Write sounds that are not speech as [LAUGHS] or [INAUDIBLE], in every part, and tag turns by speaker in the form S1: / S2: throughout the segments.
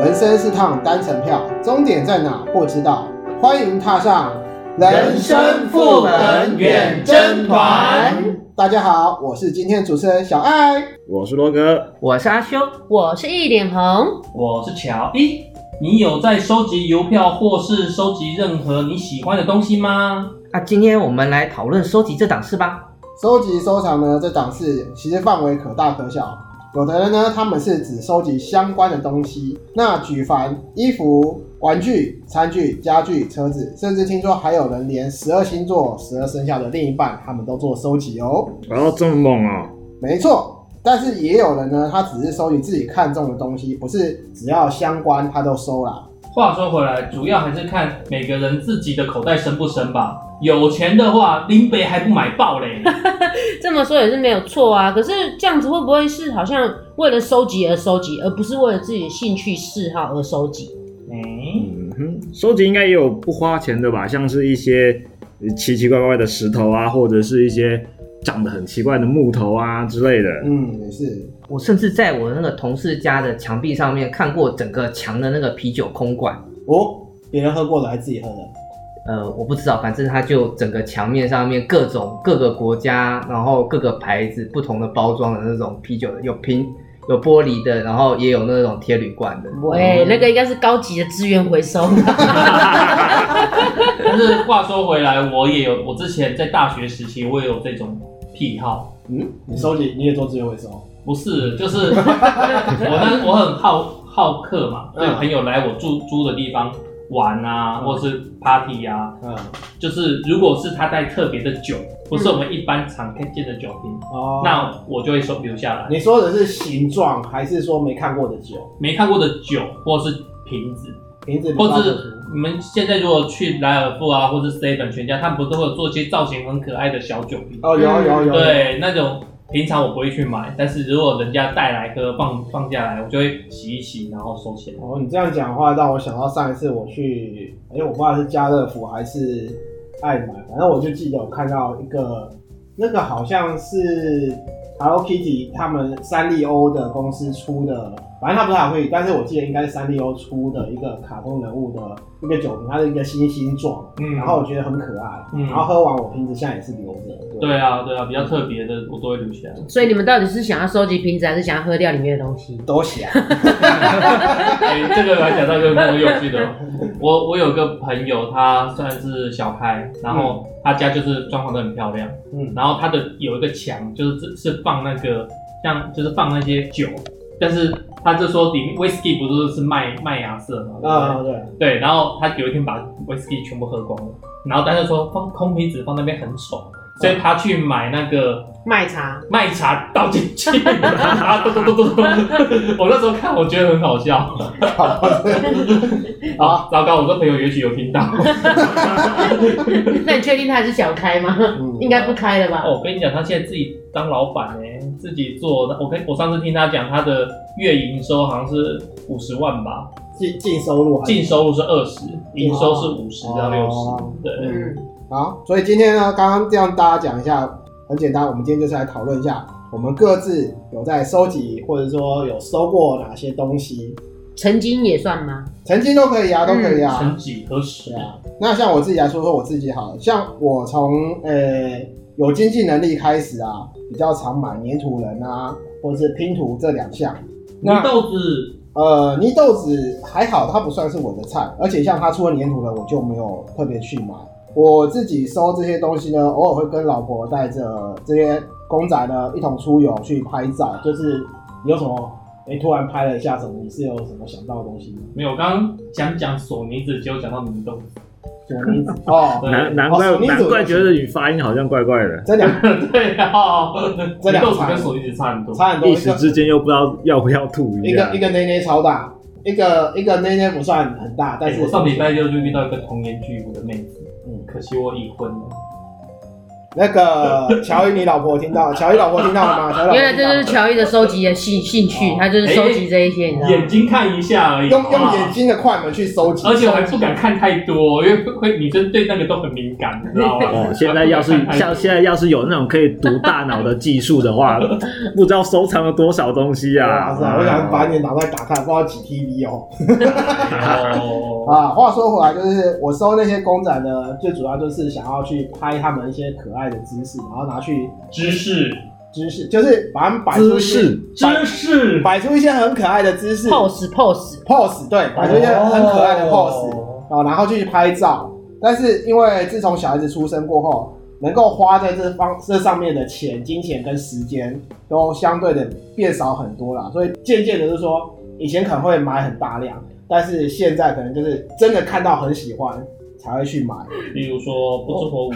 S1: 人生是趟单程票，终点在哪不知道。欢迎踏上
S2: 人生副本远征团。
S1: 大家好，我是今天的主持人小爱。
S3: 我是罗哥，
S4: 我是阿修，
S5: 我是一脸红，
S2: 我是乔伊，你有在收集邮票或是收集任何你喜欢的东西吗？
S4: 那啊今天我们来讨论收集这档事吧。
S1: 收集收藏呢，这档事其实范围可大可小。有的人呢，他们是只收集相关的东西，那举凡衣服、玩具、餐具、家具、车子，甚至听说还有人连十二星座、十二生肖的另一半，他们都做收集哦。
S3: 然后这么猛哦，
S1: 没错，但是也有人呢，他只是收集自己看中的东西，不是只要相关他都收啦。
S2: 话说回来，主要还是看每个人自己的口袋深不深吧。有钱的话，林北还不买爆嘞。
S5: 这么说也是没有错啊。可是这样子会不会是好像为了收集而收集，而不是为了自己的兴趣嗜好而收集？
S2: 哎，
S3: 嗯哼，收集应该也有不花钱的吧，像是一些呃奇奇怪怪的石头啊，或者是一些长得很奇怪的木头啊之类的。
S1: 嗯，也是。
S4: 我甚至在我那个同事家的墙壁上面看过整个墙的那个啤酒空罐。
S1: 哦，别人喝过的还自己喝的，
S4: 呃，我不知道，反正它就整个墙面上面各种各个国家，然后各个牌子不同的包装的那种啤酒的，有瓶有玻璃的，然后也有那种铁铝罐的。
S5: 喂，那个应该是高级的资源回收 [LAUGHS] 吧？
S2: 但是话说回来，我也有，我之前在大学时期，我也有这种癖好。
S1: 嗯，你收集你也做资源回收，
S2: 不是，就是 [LAUGHS] 我那我很好好客嘛，所以
S1: 嗯
S2: 朋友来我住租的地方玩啊，或是 party 啊，
S1: 嗯，
S2: 就是如果是他带特别的酒，不是我们一般常看见的酒瓶，
S1: 哦
S2: 那我就会收留下来。
S1: 你说的是形状，还是说没看过的酒？
S2: 没看过的酒或是瓶子，
S1: 瓶子比较
S2: 或
S1: 特殊，
S2: 是你们现在如果去莱尔富啊，或是 seven 全家，他们不都会有做一些造型很可爱的小酒瓶？
S1: 哦，有有有有，
S2: 对，那种平常我不会去买，但是如果人家带来喝放放下来，我就会洗一洗，然后收起来。
S1: 哦，你这样讲的话，让我想到上一次我去，哎、我不知道是家乐福还是爱买，反正我就记得我看到一个，那个好像是 Hello Kitty 他们三丽鸥的公司出的，反正它不是海会，但是我记得应该是三丽鸥出的一个卡通人物的一个酒瓶，它是一个星星状，
S2: 嗯
S1: 然后我觉得很可爱，
S2: 嗯
S1: 然后喝完我瓶子现在也是留着，
S2: 对啊，对啊，比较特别的我都会留下来。
S5: 所以你们到底是想要收集瓶子，还是想要喝掉里面的东西？
S1: 都行。
S2: 哎、这个来讲到一个很有趣的哦，我我有个朋友，他算是小开，然后他家就是装潢的很漂亮，
S1: 嗯
S2: 然后他的有一个墙就是是放那个像就是放那些酒，但是他就说里面 whisky 不是是麦麦芽色嘛，对
S1: 啊、
S2: 不对
S5: [LAUGHS]
S1: 对，
S2: 对，然后他有一天把 whisky 全部喝光了，然后他就说放空瓶子放那边很丑，所以他去买那个
S5: 卖茶，
S2: 麦茶倒进去， [LAUGHS] 啊，咚咚咚咚咚！我那时候看，我觉得很好笑。啊，糟糕，我的朋友也许有
S1: [LAUGHS]
S2: 听到。
S5: 那你确定它还是小开吗？ [LAUGHS]
S1: 嗯
S5: 应该不开了吧？
S2: 哦，我跟你讲，他现在自己当老板呢、自己做。我跟我上次听他讲，他的月营收好像是五十万吧，
S1: 净净收入还是
S2: 净收入是二十，营收是五十到六
S1: 哦
S2: 十。对，
S5: 嗯，
S1: 好，所以今天呢，刚刚这样大家讲一下，很简单，我们今天就是来讨论一下，我们各自有在收集或者说有收过哪些东西，
S5: 曾经也算吗？
S1: 曾经都可以啊，都可以啊。
S2: 曾几何时
S1: 对，啊，那像我自己来说说我自己好了，像我从呃有经济能力开始啊，比较常买粘土人啊，或者是拼图这两项。
S2: 你
S1: 那
S2: 豆子
S1: 呃，泥豆子还好，它不算是我的菜，而且像它出了粘土了，我就没有特别去买。我自己收这些东西呢，偶尔会跟老婆带着这些公仔呢一同出游去拍照，就是你有什么哎、诶突然拍了一下什么，你是有什么想到的东西吗？
S2: 没有，我刚刚讲讲索尼子，结果讲到泥豆 [LAUGHS] 子。
S1: 什么名字？哦，
S3: [LAUGHS]
S2: 对
S3: 难难
S1: 哦
S3: 怪
S1: 索尼组
S3: 难怪觉得你发音好像怪怪的，
S1: 这两
S2: 对啊，
S1: 这
S2: 泥
S1: 两
S2: 豆子
S1: 差
S2: 跟索尼子差很多。
S1: 差很多，
S3: 一
S1: 一
S3: 时
S1: 个
S3: 之间又不知道要不要吐
S1: 一
S3: 下
S1: 个一。个内内超大，一个一个内内不算很大，但
S2: 哎
S1: 是
S2: 我上礼拜六就遇到一个童颜巨乳的妹子，
S1: 嗯
S2: 可惜我已婚了。
S1: 那个乔伊，你老婆听到？乔伊老婆听到了吗？
S2: [LAUGHS]
S1: 乔伊老婆
S5: 原来这就是
S1: 听到了
S5: 乔伊的收集的兴兴趣
S1: 哦，
S5: 他就是收集这一些，你知道吗
S2: 眼？睛看一下而已，
S1: 啊用
S2: 好不好
S1: 用眼睛的快门去收集，
S2: 而且我还不敢看太多，因为会会女生对那个都很敏感，你知道吗？
S3: 哦，现在要是像现在要是有那种可以读大脑的技术的话， [LAUGHS] 不知道收藏了多少东西啊！
S1: 哇塞！我想把你的脑袋打开，不知道几 TB 哦。
S2: 哦，
S1: 啊，话说回来，就是我收那些公仔呢，最主要就是想要去拍他们一些可爱的姿势，然后拿去
S2: 知识，
S1: 姿势，就是把他们摆出
S3: 姿
S1: 一些
S3: 势
S2: 知识，
S1: 摆出一些很可爱的姿势
S5: pose pose，
S1: pose，对，摆出一些很可爱的 pose，、
S2: 哦
S1: 哦，然后去拍照。但是因为自从小孩子出生过后，能够花在这方这上面的钱、金钱跟时间都相对的变少很多啦，所以渐渐的就是说，以前可能会买很大量，但是现在可能就是真的看到很喜欢才会去买。
S2: 比如说不知火舞，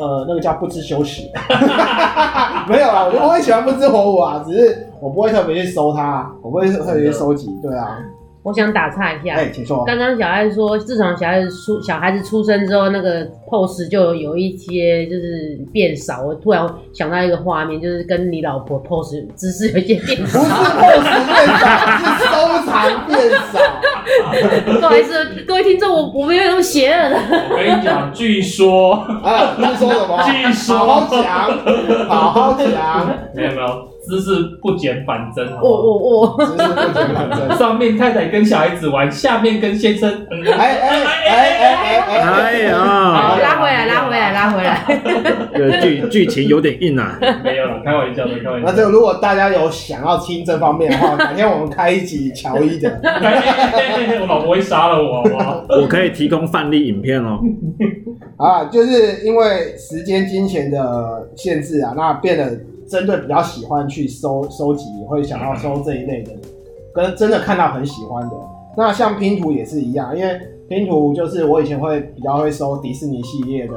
S1: 呃，那个叫不知羞耻， [LAUGHS] 没有啦，我就我很喜欢不知火舞啊，只是我不会特别去收它，我不会特别去收集，对啊，
S5: 我想打岔一下
S1: 哎、，请说，
S5: 刚刚小爱说，自从小孩子出小孩子出生之后，那个 pose 就有一些就是变少。我突然想到一个画面，就是跟你老婆 pose 姿势有一些变
S1: 不
S5: 少
S1: 是。pose 变少，是收藏变少。
S5: 不好意思，各位听众，我我没有那么邪恶的。
S2: 我跟你讲，据说，
S1: 啊，你是说什么？
S2: 据说
S1: 好好讲，好好讲，
S2: 没有没有，知识不减反增，好不
S5: 我
S2: 好
S5: 我我，
S1: 知识不减反增。
S2: 上面太太跟小孩子玩，下面跟先生，嗯
S1: 哎哎哎哎哎
S3: 哎
S1: [LAUGHS]
S3: 呀，
S5: 好拉回来，拉回来，拉回来。
S3: 这个剧剧情有点硬啊！
S2: 没有了，开玩笑的，开玩
S1: 那
S2: 笑。
S1: 这个如果大家有想要听这方面的话，改天我们开一集乔伊的。 [LAUGHS]
S2: 哎哎哎我老婆会杀了我，好不好？
S3: 我可以提供范例影片哦。
S1: 啊，就是因为时间、金钱的限制啊，那变得针对比较喜欢去收收集，会想要收这一类的，跟真的看到很喜欢的。那像拼图也是一样，因为拼图就是我以前会比较会收迪士尼系列的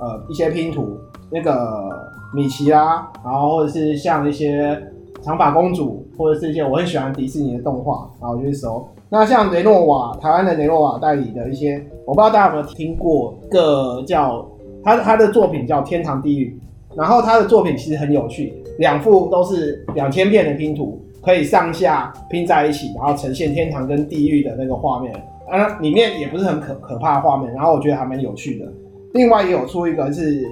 S1: 呃一些拼图，那个米奇啦、然后或者是像一些长发公主，或者是一些我很喜欢迪士尼的动画，然后我就去收。那像雷诺瓦，台湾的雷诺瓦代理的一些，我不知道大家有没有听过一个叫他他的作品叫《天堂地狱》，然后他的作品其实很有趣，两幅都是两千片的拼图，可以上下拼在一起，然后呈现天堂跟地狱的那个画面，啊，里面也不是很可可怕的画面，然后我觉得还蛮有趣的。另外也有出一个是，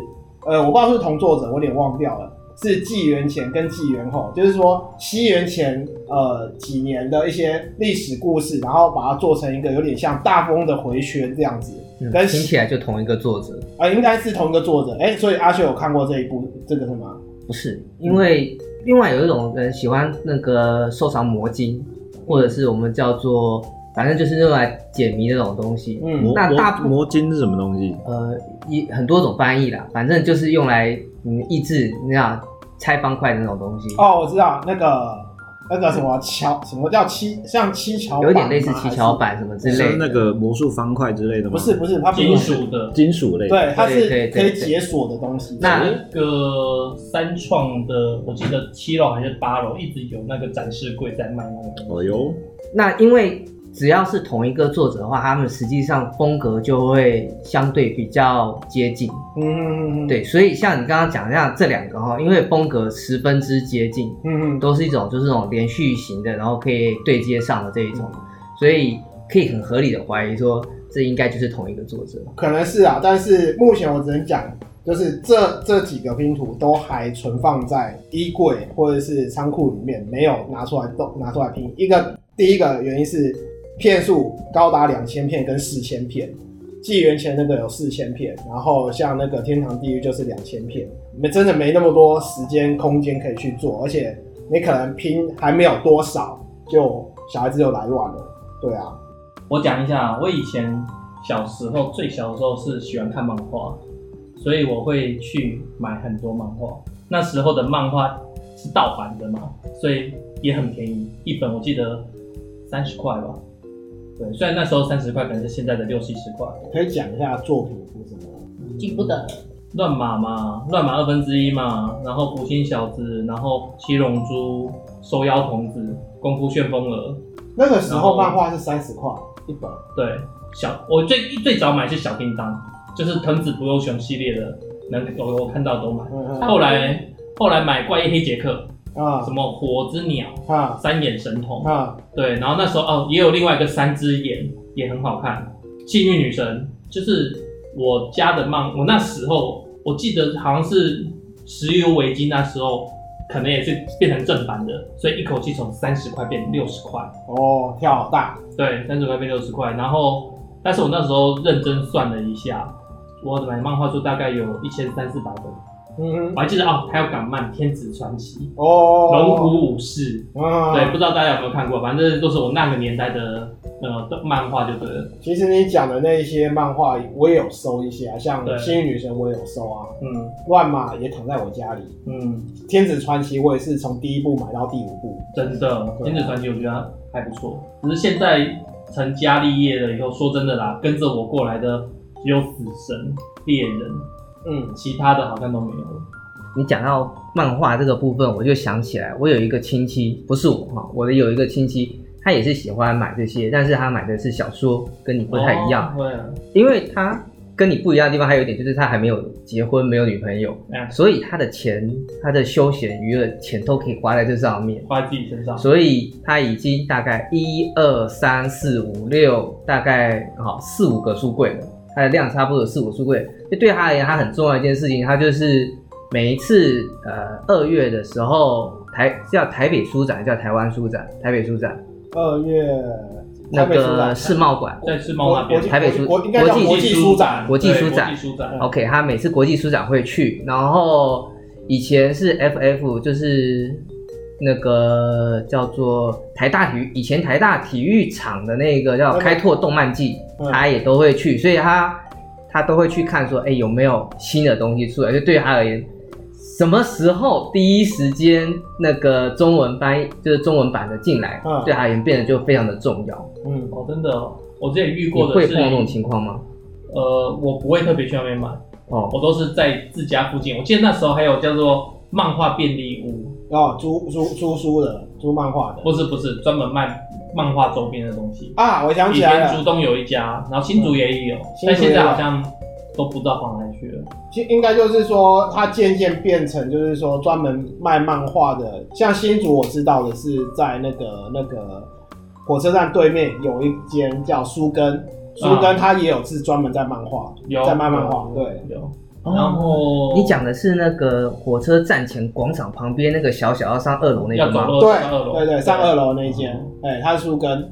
S1: 呃，我不知道是不是同作者，我有点忘掉了。是纪元前跟纪元后，就是说西元前呃几年的一些历史故事，然后把它做成一个有点像大风的回旋这样子，
S4: 嗯
S1: 跟
S4: 听起来就同一个作者，
S1: 啊、应该是同一个作者，哎、所以阿秀有看过这一部这个是吗？
S4: 不是因为另外有一种人喜欢那个收藏魔晶，或者是我们叫做反正就是用来解谜那种东西。
S1: 嗯
S3: 魔
S4: 那大部
S3: 魔魔晶是什么东西？
S4: 呃，一很多种翻译啦，反正就是用来嗯抑制你知道拆方块的那种东西。
S1: 哦，我知道那个那个什么桥，什么叫七，像七巧板吗，
S4: 有点类似七巧板什么之类
S3: 是
S4: 的。
S3: 那个魔术方块之类的吗？
S1: 还是，不是不是，它不是
S2: 金属的
S3: 金属类。
S1: 对，它是
S4: 对对对
S1: 可以
S4: 对
S1: 解锁的东西。
S4: 那
S2: 那个三创的，我记得七楼还是八楼一直有那个展示柜在卖那个东西。
S3: 哦哟，
S4: 那因为只要是同一个作者的话，他们实际上风格就会相对比较接近。
S1: 嗯嗯嗯，嗯，
S4: 对，所以像你刚刚讲的像这两个哈，因为风格十分之接近，
S1: 嗯嗯，
S4: 都是一种就是那种连续型的，然后可以对接上的这一种，所以可以很合理的怀疑说这应该就是同一个作者。
S1: 可能是啊，但是目前我只能讲，就是这这几个拼图都还存放在衣柜或者是仓库里面，没有拿出来动拿出来拼。一个第一个原因是片数高达两千片跟四千片，纪元前那个有四千片，然后像那个天堂地狱就是两千片，没真的没那么多时间空间可以去做，而且你可能拼还没有多少，就小孩子就来乱了，对啊，
S2: 我讲一下，我以前小时候最小的时候是喜欢看漫画，所以我会去买很多漫画。那时候的漫画是盗版的嘛，所以也很便宜，一本我记得三十块吧。对，虽然那时候三十块可能是现在的六七十块。
S1: 可以讲一下作品是什么吗。
S5: 记不得了，
S2: 乱码嘛，乱码二分之一嘛，然后福星小子，然后七龙珠、收妖童子、功夫旋风儿，
S1: 那个时候漫画是三十块一本，
S2: 对，小我最最早买是小叮当，就是藤子不二雄系列的能我我看到都买。
S1: 嗯
S2: 后来后来买怪异黑杰克，
S1: 啊
S2: 什么火之鸟、
S1: 啊
S2: 三眼神童，
S1: 啊
S2: 对，然后那时候哦也有另外一个三只眼也很好看，幸运女神就是我家的漫，我那时候我记得好像是石油围巾那时候。可能也是变成正版的，所以一口气从三十块变六十块，
S1: 哦，跳好大，
S2: 对，三十块变六十块。然后，但是我那时候认真算了一下，我买漫画书大概有一千三四百本，
S1: 嗯
S2: 我还记得哦，还有港漫《天子传奇》
S1: 哦，
S2: 《龙虎武士》
S1: 啊，
S4: 嗯
S2: 对，不知道大家有没有看过，反正都是我那个年代的呃的漫画就对了。
S1: 其实你讲的那一些漫画，我也有收一些啊，像
S2: 对
S1: 《幸运女神》我也有收啊，
S2: 嗯
S1: 《乱马》也躺在我家里，
S2: 嗯，
S1: 《天子传奇》我也是从第一部买到第五部。
S2: 真的，《
S4: 啊
S2: 天子传奇》我觉得还不错，只是现在成家立业了以后，说真的啦，跟着我过来的只有死神、猎人，
S1: 嗯，
S2: 其他的好像都没有了。
S4: 你讲到漫画这个部分，我就想起来，我有一个亲戚，不是我哈，我的有一个亲戚，他也是喜欢买这些，但是他买的是小说，跟你不太一样，
S2: 哦，对啊，
S4: 因为他跟你不一样的地方还有一点就是他还没有结婚，没有女朋友，
S2: 哎
S4: 所以他的钱、他的休闲娱乐钱都可以花在这上面，
S2: 花在自己身上。
S4: 所以他已经大概一二三四五六，大概好四五个书柜了，他的量差不多有四五书柜。就对他而言，他很重要的一件事情，他就是每一次呃二月的时候，台叫台北书展，叫台湾书展，台北书展
S1: 二月
S4: 那
S1: 台北书
S4: 个
S1: 展
S4: 世贸馆。
S2: 在世贸那边
S1: 国
S4: 台北书
S1: 国国应该叫国
S4: 国
S1: 际
S4: 际
S1: 书展，
S4: 国际
S2: 对
S4: 书展
S2: 国际书
S1: 嗯
S2: 展，
S4: OK，他每次国际书展会去，然后以前是 FF，就是那个叫做台大体育，以前台大体育场的那个叫
S1: 那个
S4: 开拓动漫季，
S1: 嗯
S4: 他也都会去，所以他他都会去看说，哎，有没有新的东西出来？就对他而言，什么时候第一时间那个中文翻译就是中文版的进来，
S1: 嗯
S4: 对他而言变得就非常的重要。
S1: 嗯，
S2: 哦，真的、哦，我之前遇
S4: 你
S2: 过的
S4: 会
S2: 是，
S4: 碰到这种情况吗？
S2: 呃，我不会特别去那边买，
S4: 哦，
S2: 我都是在自家附近。我记得那时候还有叫做漫画便利屋，
S1: 哦，租租租书的，租漫画的
S2: 不是不是，专门卖漫画周边的东西。
S1: 啊，我想
S2: 以
S1: 起来
S2: 前竹
S1: 了，嗯
S2: 东有一家，然后新竹也有，
S1: 新竹
S2: 但现
S1: 也
S2: 在
S1: 有
S2: 好像都不知道跑哪里去了。
S1: 其应该就是说，它渐渐变成就是说专门卖漫画的，像新竹我知道的是在那个那个火车站对面有一间叫书根，书根它也有是专门在漫画，
S2: 嗯有
S1: 在卖漫画，
S2: 有
S1: 对，
S2: 有。然后
S4: 哦你讲的是那个火车站前广场旁边那个小小要上二楼那
S2: 要
S4: 个
S2: 走
S4: 吗？
S2: 二上二
S1: 对
S2: 楼，
S1: 对对，上二楼那间，哎，它是书根。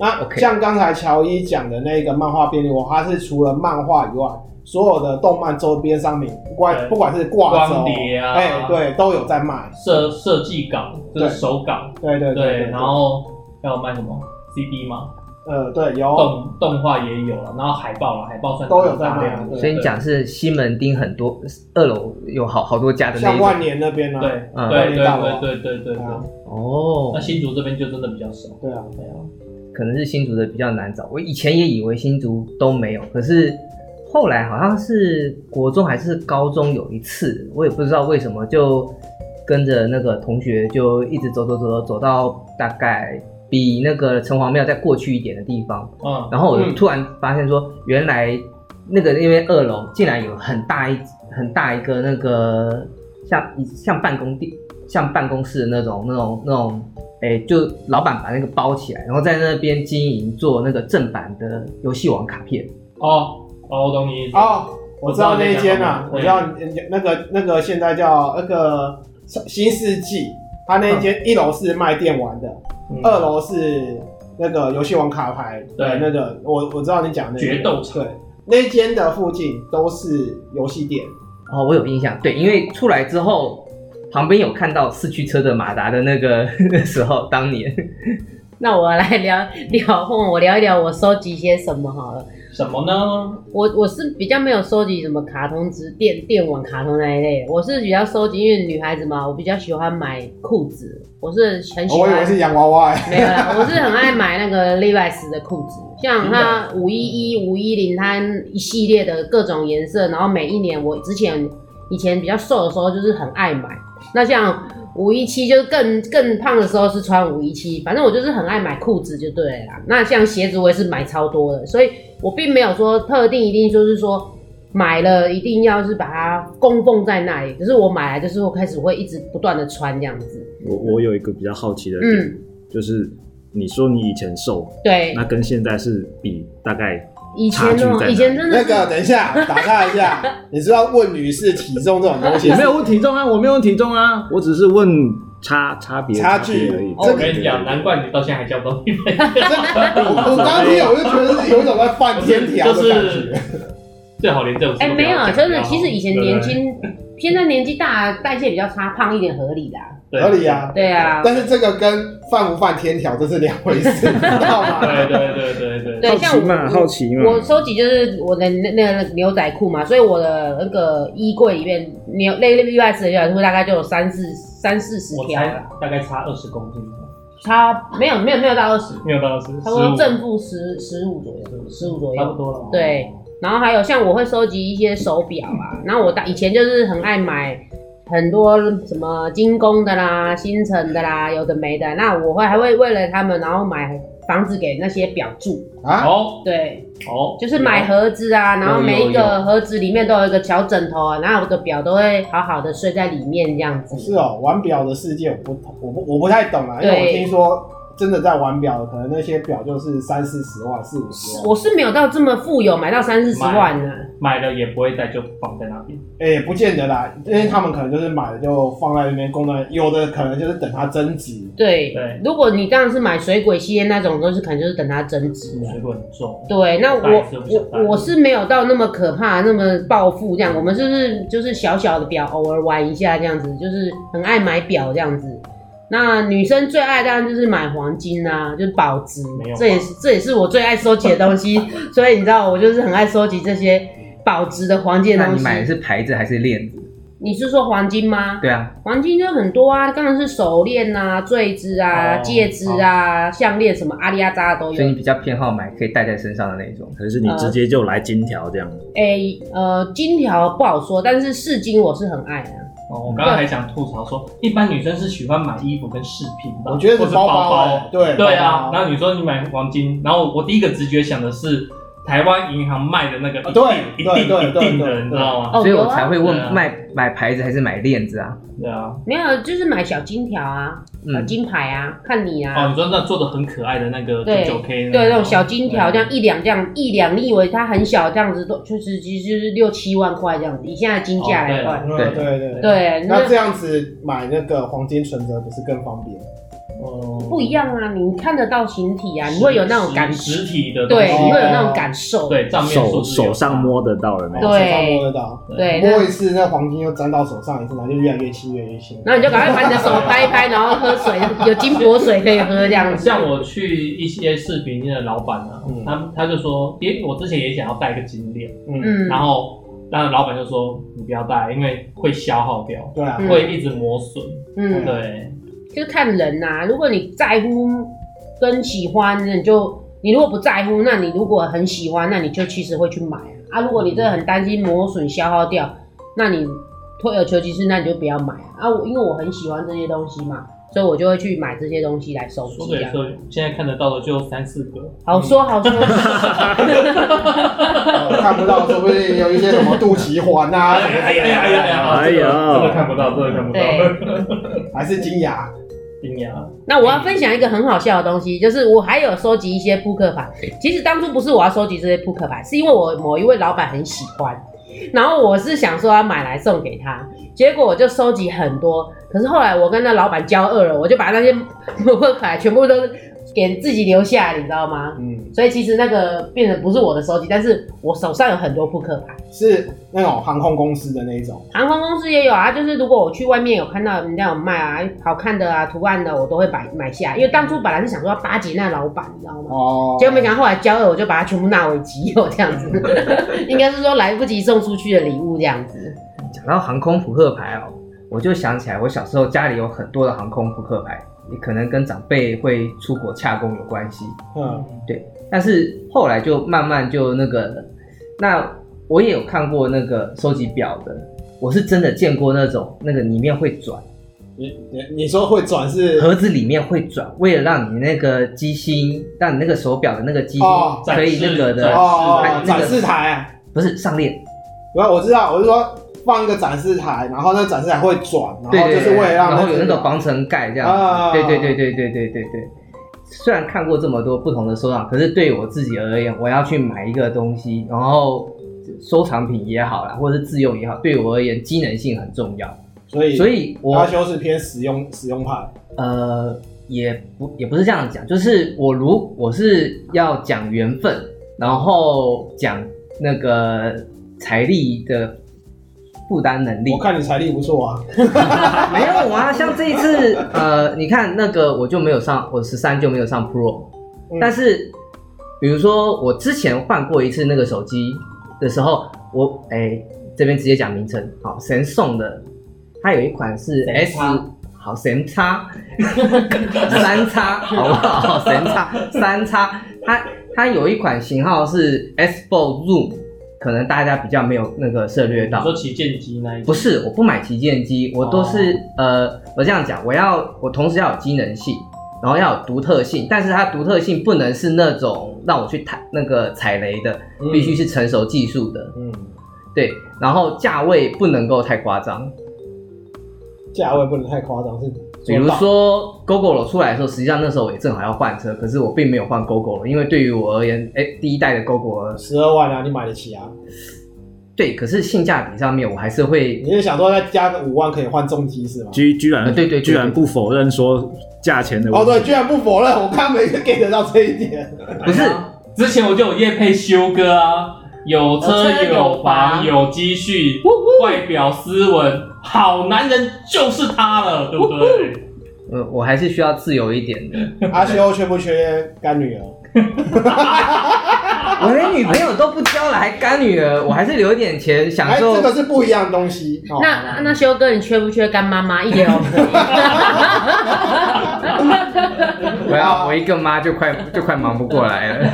S1: 那
S4: OK
S1: 像刚才乔伊讲的那个漫画便利屋，它是除了漫画以外，所有的动漫周边商品，不管
S2: 对
S1: 不管是挂轴
S2: 光碟啊
S1: 哎，对，都有在卖。
S2: 设设计稿，就是
S1: 对
S2: 手稿，
S1: 对对
S2: 对，
S1: 对，
S2: 然后要卖什么 CD 吗？
S1: 呃，对，有
S2: 动动画也有了，然后海报了，海报算
S1: 都有在
S2: 大
S1: 卖
S2: 量，，
S1: 对
S4: 所以你讲是西门町很多二楼有好好多家的那
S1: 像
S4: 一
S1: 万
S4: 种
S1: 年那边呢，啊
S2: 对
S1: 对
S2: 对
S4: 嗯
S2: 对
S1: 都有到
S2: 对
S1: 啊
S2: 对对对对
S1: 啊。
S2: 那
S4: 哦，
S2: 新竹这边就真的比较少，
S1: 对啊，
S2: 对啊，
S4: 可能是新竹的比较难找。我以前也以为新竹都没有，可是后来好像是国中还是高中有一次，我也不知道为什么就跟着那个同学就一直走走走走走到大概比那个城隍庙再过去一点的地方，
S2: 嗯，
S4: 然后我
S1: 嗯
S4: 就突然发现说，原来那个因为二楼竟然有很大一很大一个那个像像办公地像办公室的那种那种那种，哎，就老板把那个包起来，然后在那边经营做那个正版的游戏王卡片。
S2: 哦哦，我懂你意思，
S1: 哦，我知道那一间啊，我
S2: 我
S1: 知
S2: 知道
S1: 道那个那个现在叫那个新世纪，它那一间一楼是卖电玩的，
S2: 嗯
S1: 二楼是那个游戏王卡牌，对，
S2: 对
S1: 那个我我知道你讲的那个
S2: 决斗场
S1: 对，那间的附近都是游戏店，
S4: 哦，我有印象，对，因为出来之后旁边有看到四驱车的马达的那个 [LAUGHS] 那时候，当年
S5: [LAUGHS] 那我来聊聊， [LAUGHS] 换我聊一聊我收集些什么好了。
S2: 什么呢？
S5: 我我是比较没有收集什么卡通纸、电电玩卡通那一类，我是比较收集，因为女孩子嘛，我比较喜欢买裤子，我是很喜
S1: 哦我以
S5: 欢。
S1: 为是洋娃娃欸， [LAUGHS]
S5: 没有啦，我是很爱买那个 Levi's 的裤子，像它五一一、五一零，它一系列的各种颜色，然后每一年我之前以前比较瘦的时候就是很爱买，那像五一七就是更更胖的时候是穿五一七，反正我就是很爱买裤子就对了啦。那像鞋子我也是买超多的，所以我并没有说特定一定就是说买了一定要是把它供奉在那里。可是我买来就是我开始会一直不断的穿这样子。
S3: 我我有一个比较好奇的点，
S5: 嗯，
S3: 就是你说你以前瘦，
S5: 对，
S3: 那跟现在是比大概
S5: 以前
S3: 差距在
S5: 哦、
S3: 哪
S5: 以前真的
S1: 那
S5: 是
S1: 个，等一下，打岔一下， [LAUGHS] 你知道问女士体重这种东西
S3: 我没有问体重啊，我没有问体重啊，我只是问差差别
S1: 差距
S3: 而已。
S1: 这
S2: 哦我跟你讲，难怪你到现在还交不到女朋友。
S1: [LAUGHS] 我刚听我就觉得是有一种在犯天条的感
S2: 就是
S1: 觉。
S2: 最好连这种事
S5: 哎、
S2: 都不
S5: 没
S2: 要
S5: 有，
S2: 讲
S5: 真的，
S2: 然后
S5: 其实以前
S2: 对不对
S5: 年轻，现在年纪大，代谢比较差，胖一点合理啦。
S2: 对
S1: 合理啊
S5: 对啊，
S1: 但是这个跟犯不犯天条这是两回事， [LAUGHS] 你知道吗？
S2: 对对对对对
S5: 对
S3: 好
S5: 像
S3: 奇嘛，
S5: 我
S3: 好奇嘛，
S5: 我收集就是我的那那个牛仔裤嘛，所以我的那个衣柜里面牛那那例外式的牛仔裤大概就有三四三 [LAUGHS] 四十
S2: 我
S5: 条
S2: 才
S5: 了，
S2: 大概差二十公斤，
S5: 差没有没有没有到二十，
S2: 没有到十，
S5: 差不多正
S2: 15
S5: 负十十五左右，十五左
S2: 差不
S5: 右。
S2: 多了。
S5: 对，然后还有像我会收集一些手表啊，然后我大以前就是很爱买很多什么精工的啦、星辰的啦，有的没的。那我会还会为了他们，然后买房子给那些表住。
S1: 啊，
S2: 哦
S5: 对，
S2: 哦，
S5: 就是买盒子啊，然后每一个盒子里面都有一个小枕头啊，然后我的表都会好好的睡在里面这样
S1: 是
S5: 子。
S1: 哦，玩表的世界我不我不我不太懂啊啦，因为我
S5: 对
S1: 听说真的在玩表的，可能那些表就是三四十万、四五十万，
S5: 我是没有到这么富有，买到三四十万啊呢、
S2: 买了也不会带，就放在那边。
S1: 哎、也不见得啦，因为他们可能就是买了就放在那边供那，有的可能就是等它增值。
S5: 对，
S2: 对
S5: 如果你当然是买水鬼系列那种，都是可能就是等它增值啊。
S2: 水果很重，
S5: 对，那
S2: 大
S5: 我
S2: 也是不想带
S5: 我我是没有到那么可怕，那么暴富这样。我们就是就是小小的表，偶尔玩一下这样子，就是很爱买表这样子。那女生最爱当然就是买黄金啊，就是保值
S2: 没有，
S5: 这也是这也是我最爱收集的东
S2: [LAUGHS]
S5: 西。所以你知道，我就是很爱收集这些保值的黄金的
S4: 那
S5: 东
S4: 你
S5: 西。
S4: 买的是牌子还是链子？
S5: 你是说黄金吗？
S4: 对啊，
S5: 黄金就很多啊，当然是手链啊、坠子啊、
S2: 哦
S5: 戒指啊、项链什么阿里阿扎的都有
S4: 所以。你比较偏好买可以戴在身上的那种。
S3: 还是你直接就来金条这样？
S5: 诶、呃，金条不好说，但是饰金我是很爱啊。
S2: 哦，我刚刚还想吐槽说，一般女生是喜欢买衣服跟饰品吧，
S1: 我觉得
S2: 或
S1: 是
S2: 是
S1: 包
S2: 包
S1: 哎
S5: [LAUGHS]
S1: 对
S2: 对啊
S5: 哦
S1: 包，包
S2: 然后你说你买黄金，然后我第一个直觉想的是台湾银行卖的那个
S1: 啊对
S2: 一定
S1: 对
S2: 一定
S1: 对
S2: 一定
S1: 对
S2: 的，
S1: 对
S2: 你知道吗？
S5: 哦，
S4: 所以
S5: 有
S4: 我
S5: 啊
S4: 才会
S2: 对啊
S4: 问卖买牌子还是买链子啊？
S2: 对啊，
S5: 没有，就是买小金条啊，小
S4: 嗯，
S5: 金牌啊，看你啊，
S2: 哦，你说那做的很可爱的那个
S5: 对
S2: 九 K，
S5: 对，那种小金条这
S2: 对
S5: 样一两这样一两，你以为它很小这样子都就是其实就是六七万块这样子，以现在金价来
S2: 哦
S5: 算，
S1: 嗯
S4: 对
S1: 对对。
S5: 对，
S1: 那
S5: 那
S1: 这样子买那个黄金存折不是更方便？
S2: 哦
S5: 不一样啊，你看得到形体啊，你会有那种感
S2: 实
S5: 觉，
S2: 实体的东西，
S5: 对，你会有那
S1: 哦
S5: 种感受，
S2: 对账面
S3: 手
S2: 数字有
S3: 手上摸得到的那
S5: 对
S3: 种。
S1: 手上摸得到，
S5: 对，
S1: 摸
S5: 那
S1: 一次那黄金又粘到手上一次，然后就越来越轻，越来越轻。
S5: 然后你就赶快把你的手拍一拍，然后喝水，有金箔水可以喝这样子。
S2: 像我去一些饰品店的老板啊，
S1: 嗯
S2: 他他就说，也我之前也想要戴一个金链，
S1: 嗯，
S5: 嗯，
S2: 然后那老板就说你不要戴，因为会消耗掉，
S1: 对啊，
S5: 嗯
S2: 会一直磨损。
S5: 嗯，
S2: 对，
S5: 就是看人呐、如果你在乎跟喜欢，那你就你如果不在乎，那你如果很喜欢，那你就其实会去买啊。啊如果你真的很担心磨损消耗掉，那你退而求其次，那你就不要买啊。啊，我因为我很喜欢这些东西嘛，所以我就会去买这些东西来收
S2: 说
S5: 集
S2: 对
S5: 啊。
S2: 说，现在看得到的就三四个。
S5: 好说好说，
S1: 呃看不到，说不定有一些什么肚脐环啊，
S2: 哎
S1: 什么之
S2: 呀哎呀
S1: 类
S2: 哎呀哎
S1: 的，
S2: 呀！啊这个
S3: 哎呀
S2: 这个看不到，这个看不到。
S1: 还是金牙，
S2: 冰牙，
S5: 那我要分享一个很好笑的东西，就是我还有收集一些扑克牌。其实当初不是我要收集这些扑克牌，是因为我某一位老板很喜欢，然后我是想说要买来送给他，结果我就收集很多。可是后来我跟那老板交恶了，我就把那些扑克牌全部都给自己留下，你知道吗？
S1: 嗯，
S5: 所以其实那个变成不是我的收集，但是我手上有很多扑克牌。
S1: 是那种航空公司的那一种，
S5: 航空公司也有啊，就是如果我去外面有看到人家有卖啊，好看的啊、图案的，我都会买买下，因为当初本来是想说要巴结那老板，你知道吗？
S1: 哦，
S5: 结果没想到后来交了，我就把它全部纳为己有，这样
S1: [LAUGHS]
S5: 子，应该是说来不及送出去的礼物这样子。
S4: 讲到航空扑克牌哦，我就想起来我小时候家里有很多的航空扑克牌，也可能跟长辈会出国洽公有关系。
S1: 嗯，
S4: 但是后来就慢慢就那个，那我也有看过那个收集表的，我是真的见过那种那个里面会转，
S1: 你你你说会转是哦
S4: 盒子里面会转，为了让你那个机芯，让你那个手表的那个机芯
S1: 哦
S4: 可以那个
S2: 展
S4: 的，
S2: 示
S1: 哦
S4: 哎那个
S1: 展示台，哦
S4: 不是上链，
S1: 然后我知道，我是说放一个展示台，然后那展示台会转，然
S4: 对
S1: 后
S4: 对
S1: 就
S4: 对，
S1: 是为了让
S4: 然后有
S1: 个
S4: 那个防尘盖这样
S1: 啊
S4: 子，对对对对对对对对。虽然看过这么多不同的收藏，可是对我自己而言，我要去买一个东西，然后收藏品也好啦，或者是自用也好，对我而言机能性很重要。
S1: 所以
S4: 所以我
S1: 阿修是偏实用实用派，
S4: 呃，也不也不是这样讲，就是我如我是要讲缘分，然后讲那个财力的负担能力
S1: 我。看你财力不错啊，
S4: [LAUGHS] 没有啊，像这一次，呃，你看那个我就没有上，我十三就没有上 Pro，、
S1: 嗯
S4: 但是比如说我之前换过一次那个手机的时候，我哎、这边直接讲名称，好，神送的，它有一款是 S。好神叉，三叉，好不好？神叉，三叉，它它有一款型号是 Xbox Zoom，可能大家比较没有那个涉略到
S2: 你。说旗舰机那一
S4: 不是，我不买旗舰机，我都是、呃，我这样讲，我要我同时要有机能性，然后要有独特性，但是它独特性不能是那种让我去踩那个踩雷的，
S1: 嗯
S4: 必须是成熟技术的，
S1: 嗯，
S4: 对，然后价位不能够太夸张，
S1: 价位不能太夸张，是
S4: 比如说 GoGo 出来的时候，实际上那时候我也正好要换车，可是我并没有换 GoGo 因为对于我而言，哎，第一代的 GoGo，
S1: 十二万啊，你买得起啊？
S4: 对，可是性价比上面我还是会
S1: 你是想说再加个五万可以换重机是吗？
S3: 居居然
S4: 呃对对对
S3: 居然不否认说价钱的
S1: 哦，
S3: 问
S1: 对，
S3: 题。
S1: 居然不否认，我看没 get 到这一点。
S4: 不是。
S2: 之前我就有业配修哥啊，有车
S5: 有车
S2: 有
S5: 有
S2: 房
S5: 房
S2: 有积蓄，外表斯文，好男人就是他了，对不对？
S4: 呃，我还是需要自由一点的。
S1: 阿修缺不缺干女儿？
S4: 我连女朋友都不交了，还干女儿，我还是留一点钱享
S1: 哎，
S4: 受。
S1: 这个是不一样的东西。哦
S5: 那那修哥，你缺不缺干妈妈？一点都不缺。
S1: [LAUGHS]
S4: 我要我一个妈就快就快忙不过来了。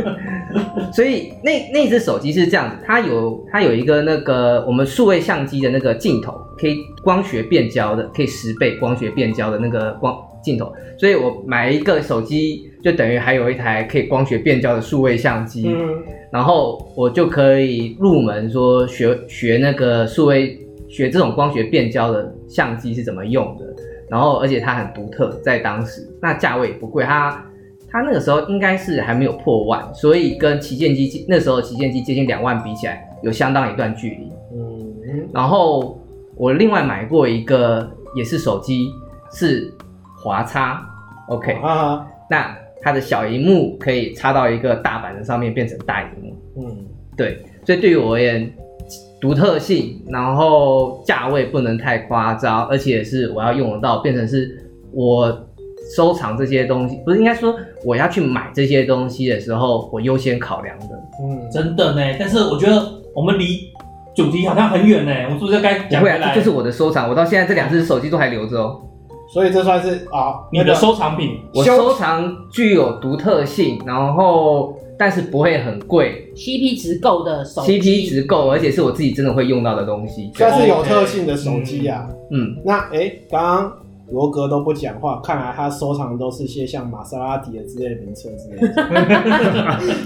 S4: [LAUGHS] 所以那那只手机是这样子，它有它有一个那个我们数位相机的那个镜头，可以光学变焦的，可以十倍光学变焦的那个光镜头。所以我买一个手机，就等于还有一台可以光学变焦的数位相机。
S1: 嗯，
S4: 然后我就可以入门说学学那个数位学这种光学变焦的相机是怎么用的，然后而且它很独特，在当时那价位也不贵，它它那个时候应该是还没有破万，所以跟旗舰机那时候旗舰机接近两万比起来，有相当一段距离。
S1: 嗯，
S4: 然后我另外买过一个也是手机，是华叉，OK，
S1: 啊，
S4: 那它的小荧幕可以插到一个大板子上面变成大荧幕。
S1: 嗯，
S4: 对，所以对于我而言，独特性，然后价位不能太夸张，而且是我要用得到，变成是我收藏这些东西，不是应该说我要去买这些东西的时候，我优先考量的。
S1: 嗯，
S2: 真的呢，但是我觉得我们离主题好像很远呢，我们是不是该
S4: 不
S2: 讲
S4: 会
S2: 回
S4: 啊，
S2: 来？
S4: 这就是我的收藏，我到现在这两只手机都还留着哦。
S1: 所以这算是啊，
S2: 你的收藏品，
S4: 我
S1: 修
S4: 收藏具有独特性，然后但是不会很贵
S5: CP 值够的手机
S4: ，CP 值够，而且是我自己真的会用到的东西。
S1: 算是有特性的手机啊。
S4: 嗯，
S1: 那诶，刚刚罗格都不讲话，看来他收藏的都是些像玛莎拉蒂的之类的名车之类的。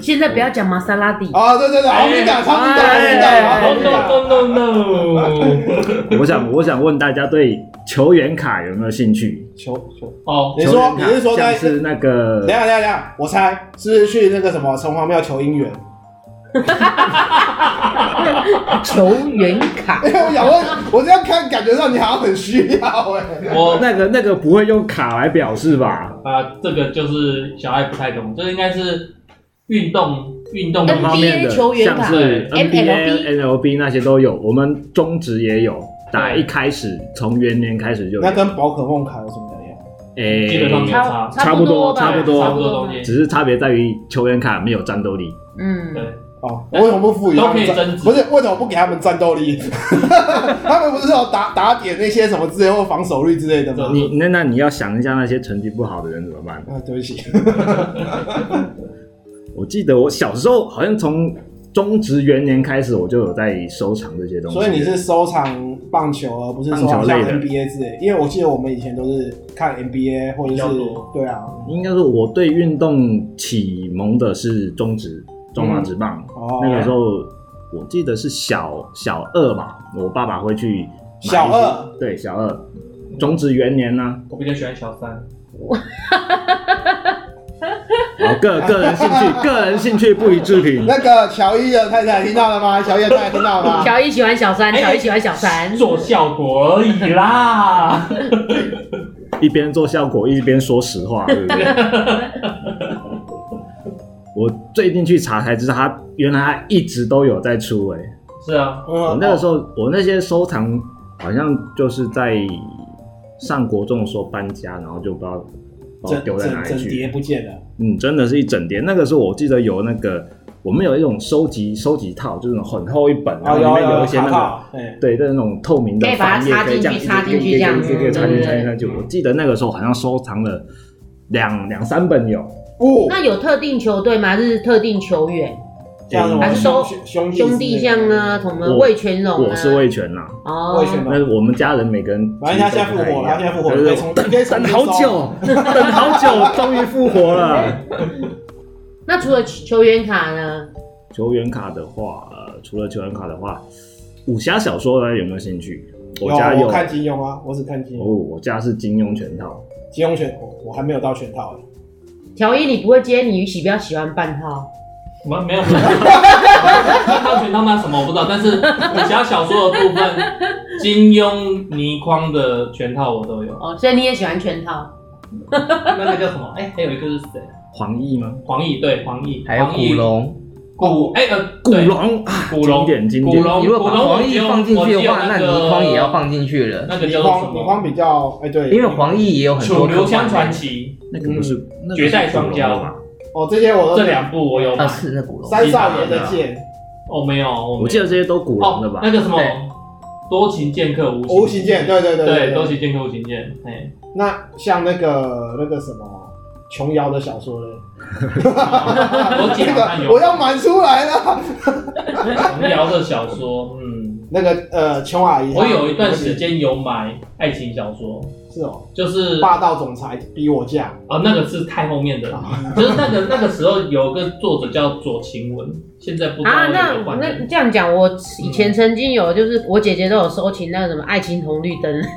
S5: 现在不要讲玛莎拉蒂，
S1: 哦，对对对，好敏感，超敏感，敏感，好
S2: No
S1: 敏感。
S2: no no no no！
S3: 我想我想问大家对球员卡有没有兴趣？
S1: 球球，
S2: 哦，
S1: 你
S3: 球
S1: 说
S3: 员
S1: 你
S3: 卡
S1: 是说在
S3: 像是那个
S1: 等一下，等一下，等一下，我猜是不是去那个什么城隍庙求姻缘？ [LAUGHS]
S5: 球员卡
S1: 哎、我想问，我这样看感觉上你好像很需要哎、
S2: 我
S3: 那个那个不会用卡来表示吧？
S2: 啊，这个就是小爱不太懂，这应该是运动运动的
S5: 嗯
S3: 方面的，
S5: 球员卡
S3: 像是
S5: MLB
S3: NBA、NLB 那些都有，我们中职也有，打
S2: 对
S3: 一开始从元年开始就有
S1: 那，跟宝可梦卡有什么两样？
S3: 诶
S2: 基本上没有差，
S3: 差不多
S5: 吧
S3: 差不多
S2: 差不多东西，
S3: 只是差别在于球员卡没有战斗力。
S5: 嗯，
S2: 对。
S1: 哦，为什么不赋予他们
S2: 都可以增
S1: 战？
S2: 值
S1: 不是为什么不给他们战斗力？ [LAUGHS] 他们不是有打打点那些什么之类或防守率之类的吗？
S3: 你那那你要想一下那些成绩不好的人怎么办？
S1: 啊，对不起，
S3: 我记得我小时候好像从中职元年开始，我就有在收藏这些东西。
S1: 所以你是收藏棒球，而不是收藏
S3: 棒球
S1: 像
S3: 类的
S1: NBA 之类。因为我记得我们以前都是看 NBA 或者
S2: 比较
S1: 是
S2: 多
S1: 对啊，
S3: 应该说我对运动启蒙的是中职中华职棒，
S1: 哦，
S3: 那个时候我记得是小小二吧，我爸爸会去买一些
S1: 小二，
S3: 对小二，种子元年呐、
S2: 我比较喜欢小三，
S3: 好，个个人兴趣，个人兴趣不予置评。
S1: 那个乔伊的太太听到了吗？乔伊的太太听到了吗？
S5: 乔伊喜欢小三，
S2: 哎
S5: 乔伊喜欢小三，
S2: 做效果而已啦。
S3: 一边做效果，一边说实话，对不对？ [LAUGHS] 我最近去查才知道，他原来他一直都有在出哎、
S2: 是啊，
S1: 我
S3: 我那个时候，我那些收藏好像就是在上国中的时候搬家，然后就不知道不知道
S1: 整
S3: 丢在哪
S1: 整
S3: 里
S1: 整
S3: 去
S1: 叠。不见了，
S3: 嗯，真的是一整叠。那个时候我记得有那个，我们有一种收集收集套，就是那种很厚一本，
S1: 啊
S3: 然后里
S1: 有
S3: 面有
S1: 有
S3: 一些那
S1: 卡
S3: 个。
S1: 套，对，
S3: 对，就是那种透明的
S5: 可以把它
S3: 翻页，
S5: 插进
S3: 这样
S5: 去
S3: 一直
S5: 插进去
S3: 可
S5: 这
S3: 以
S5: 样
S3: 可以可以
S5: 子
S3: 插进去，
S5: 对
S3: 插
S5: 对
S3: 进去。插进去我记得那个时候好像收藏了两两三本有，
S1: 哦，
S5: 那有特定球队吗？还是特定球员？
S1: 像什么
S5: 还是收
S1: 兄兄弟
S5: 兄弟像啊，什么
S3: 我
S5: 魏全荣啊？
S3: 我是魏全呐，
S5: 哦，
S1: 魏全
S3: 但是我们家人每个人
S1: 反正他现在复活了他现在复活了
S3: 对
S1: 可
S3: 对
S1: 以从
S3: 等
S1: 可以从
S3: 等好久，等好久，终于复活了。
S5: 那除了球员卡呢？
S3: 球员卡的话，呃除了球员卡的话，武侠小说呢有没有兴趣？我
S1: 有
S3: 家有
S1: 我看金庸啊，我只看金庸，
S3: 哦，我家是金庸全套，
S1: 金庸全我我还没有到全套欸，
S5: 乔伊，你不会接你喜不要喜欢半套？
S2: 我们没有。那套拳套那什么我不知道，但是武侠小说的部分，金庸、倪匡的全套我都有。
S5: 哦，所以你也喜欢全套？
S2: 那个叫什么？哎、还有一个是谁？
S3: 黄奕吗？
S2: 黄奕，对，黄奕，
S4: 还有
S2: 黄
S4: 古
S2: 奕，
S4: 龙，
S2: 古哎呃，
S3: 古
S2: 对
S3: 龙啊，
S2: 古龙
S3: 经典经
S2: 古
S3: 典。
S2: 龙，
S4: 你如果把
S2: 古龙
S4: 黄
S2: 我只
S4: 奕
S2: 有
S4: 放进去的话，
S2: 我只有
S4: 那
S2: 那个
S4: 倪匡也要放进去了，
S2: 那个
S1: 李
S2: 叫做什
S1: 光李光
S2: 么？
S1: 比较哎对，
S4: 因为黄奕也有很
S2: 楚
S4: 多
S2: 留
S4: 科
S2: 香
S4: 幻
S2: 传
S4: 片。
S2: 奇
S3: 那个不是
S4: 嗯
S3: 那个是
S2: 绝代双骄
S3: 古龙吧？
S1: 哦这些我都
S2: 这两部我有买
S4: 啊，，是那古龙，
S1: 三少爷的剑，
S2: 哦没有，
S3: 我
S2: 我
S3: 记
S2: 记
S3: 得这些都古龙的吧
S2: 那？个什么
S4: 对
S2: 多情剑客
S1: 无
S2: 无
S1: 形剑，对对对
S2: 对，多
S1: 对。
S2: 情剑客无情剑，哎，
S1: 那像那个那个什么琼瑶的小说嘞，那
S2: 我姐好像
S1: 个
S2: 有
S1: 我要满出来了。
S2: 琼瑶的小说，嗯，
S1: 那个呃，琼阿姨，
S2: 我有一段时间有买爱情小说，
S1: 是哦，
S2: 就是
S1: 霸道总裁逼我嫁，
S2: 哦，那个是太后面的，
S1: 啊
S2: 就是那个那个时候有个作者叫左晴雯，现在不知道
S5: 啊，
S2: 有
S5: 那
S2: 没有换
S5: 那
S2: 人
S5: 这样讲，我以前曾经有，就是我姐姐都有收起那个什么《爱情红绿灯》， [LAUGHS]
S2: 嗯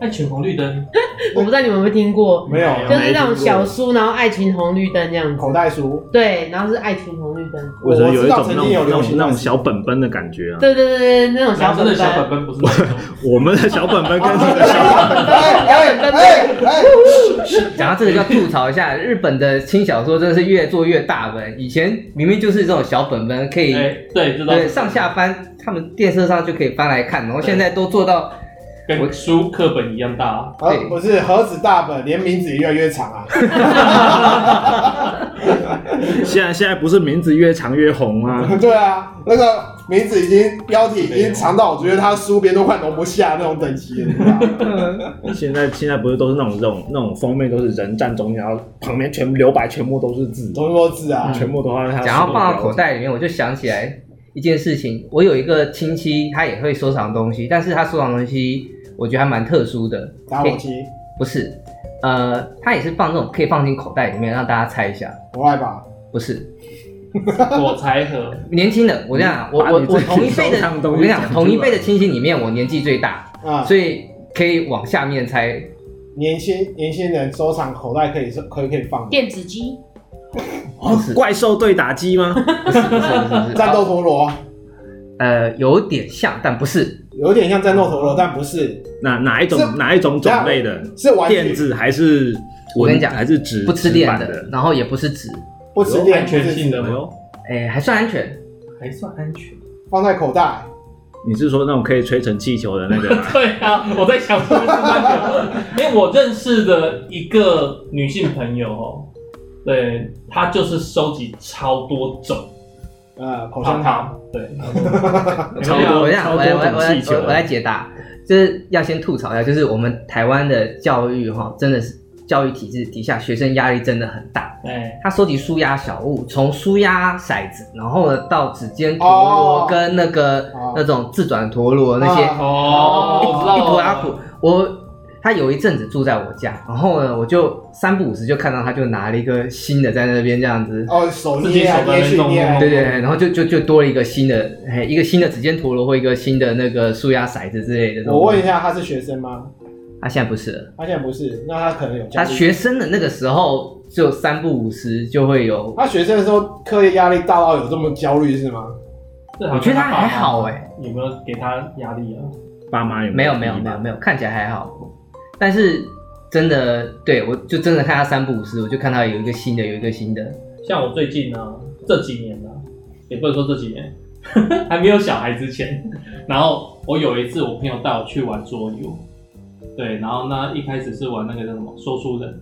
S2: 爱情哎红绿灯，哎
S5: 我不知道你们有没有听过，
S1: 没有
S2: 没哦
S5: 就
S2: 有
S5: 是那种小书，然后《爱情红绿灯》这样子。
S1: 口袋书，
S5: 对，然后是《爱情红绿灯》。
S1: 哦
S3: 为什么有
S1: 我
S3: 一种
S1: 知道
S3: 那
S1: 曾经有
S3: 种那
S1: 流
S3: 种
S1: 行
S3: 那种
S1: 过
S3: 小本本的感觉啊？
S5: 对对对对，那种小
S2: 男生的
S5: 本
S2: 小本
S5: 本。
S2: 本不是那种，
S3: 我们的小本本跟这个小
S1: 哎哎哎
S3: [LAUGHS]
S1: 哎，
S4: 讲到这个，就要吐槽一下，日本的轻小说真的是越做越大本。以前明明就是这种小本本，可以、
S2: 哎，对，知道
S4: 对上下翻，他们电视上就可以翻来看，然后现在都做到
S2: 跟书课本一样
S1: [LAUGHS]
S2: 大，
S3: 哎
S1: 呃不是盒子大本，连名字也越来越长啊。 [LAUGHS]
S3: 现在现在不是名字越长越红吗？
S1: 对啊，那个名字已经标题已经长到我觉得他书边都快容不下那种等级了你知道吗。
S3: [LAUGHS] 现在现在不是都是那种这种那种封面都是人站中间，然后旁边全部留白，全部都是字，
S1: 多多字啊，
S3: 全部都要
S4: 讲到放到口，袋里面，我就想起来一件事情。我有一个亲戚，他也会收藏东西，但是他收藏东西，我觉得还蛮特殊的。
S1: 打
S4: 可以
S1: 火机，
S4: 不是，呃，他也是放这种可以放进口袋里面，让大家猜一下。
S1: 国外吧，
S4: 不是
S2: 火柴盒，
S4: 年轻的，我这样，我
S3: 把
S4: 我
S3: 你
S4: 我
S3: 自己
S4: 同一辈
S3: 收
S4: 的，
S3: 藏
S4: 我
S3: 东西
S4: 跟你讲
S3: 讲，出
S4: 同一
S3: 来
S4: 辈的亲戚里面，我年纪最大，
S1: 啊，
S4: 所以可以往下面
S3: [LAUGHS]
S4: 猜。
S1: 年轻年轻人收藏口袋可以收可以可以放
S5: 电子机，
S4: 不是，
S3: 哦怪兽对打机吗？
S4: 不是，不是，不是，不是
S1: 战斗陀螺，
S4: 呃，有点像，但不是。
S1: 有点像战斗陀螺，但不是，
S3: 哪哪一种
S1: 是
S3: 哪一种种类的？
S1: 是玩具
S3: 电，子还是
S4: 我跟你讲
S3: 还是纸
S4: 不吃
S3: 纸
S4: 电
S3: 板
S4: 的
S3: 的，？
S4: 然后也不是纸，
S1: 不吃电
S2: 安全性
S1: 子，
S2: 的
S3: 哎
S2: 吗？
S3: 呦，
S4: 哎，还算安全。
S2: 还算安全。？
S1: 放在口袋，
S3: 你是说那种可以吹成气球的那个
S4: [LAUGHS]
S3: 吗
S2: 对啊，我在想是不是安全，因 [LAUGHS] 为我认识的一个女性朋友哦，对她就是收集超多种
S1: 呃，口
S2: 口
S1: 香糖，，
S4: [LAUGHS]
S2: 对，
S3: 超
S2: 没有
S4: 啊我
S3: 多
S4: 这样，
S3: 超
S4: 我来我
S3: 多
S4: 来我
S3: 种
S4: 来
S3: 气球啊
S4: 我来解答，就是要先吐槽一下，就是我们台湾的教育哈，真的是教育体制底下学生压力真的很大。
S2: 哎，
S4: 他收集书压小物，从书压骰子，然后呢到指尖陀
S1: 哦
S4: 螺跟那个、
S1: 哦
S4: 那种自转陀螺那些，
S1: 啊
S2: 哦，我知道
S4: 一坨
S2: 了
S4: 拉土。我他有一阵子住在我家，然后呢，我就三不五时就看到他就拿了一个新的在那边这样子，
S1: 哦，手
S2: 自己
S1: 捏来
S2: 手在那
S1: 捏去
S2: 边
S1: 捏啊来
S2: 动
S1: 捏
S4: 对对，对然后就就就多了一个新的，嘿，一个新的指尖陀螺或一个新的那个树压骰子之类的东西。
S1: 我问一下，他是学生吗？
S4: 他现在不是了，
S1: 他现在不是，那他可能有家
S4: 他
S1: 庭
S4: 学生的那个时候就三不五时就会有，
S1: 他学生的时候课业压力大到有这么焦虑是吗？
S2: 我
S4: 我觉得他还好哎、
S2: 有没有给他压力啊？
S3: 爸妈有
S4: 没有
S3: 有
S4: 没有
S3: 逼
S4: 没有
S3: 吧
S4: 没有，看起来还好，但是真的对我就真的看他三不五时，我就看到有一个新的有一个新的，
S2: 像我最近呢、这几年呢、也不能说这几年， [LAUGHS] 还没有小孩之前，然后我有一次我朋友带我去玩桌游，对，然后那一开始是玩那个叫什么说书人，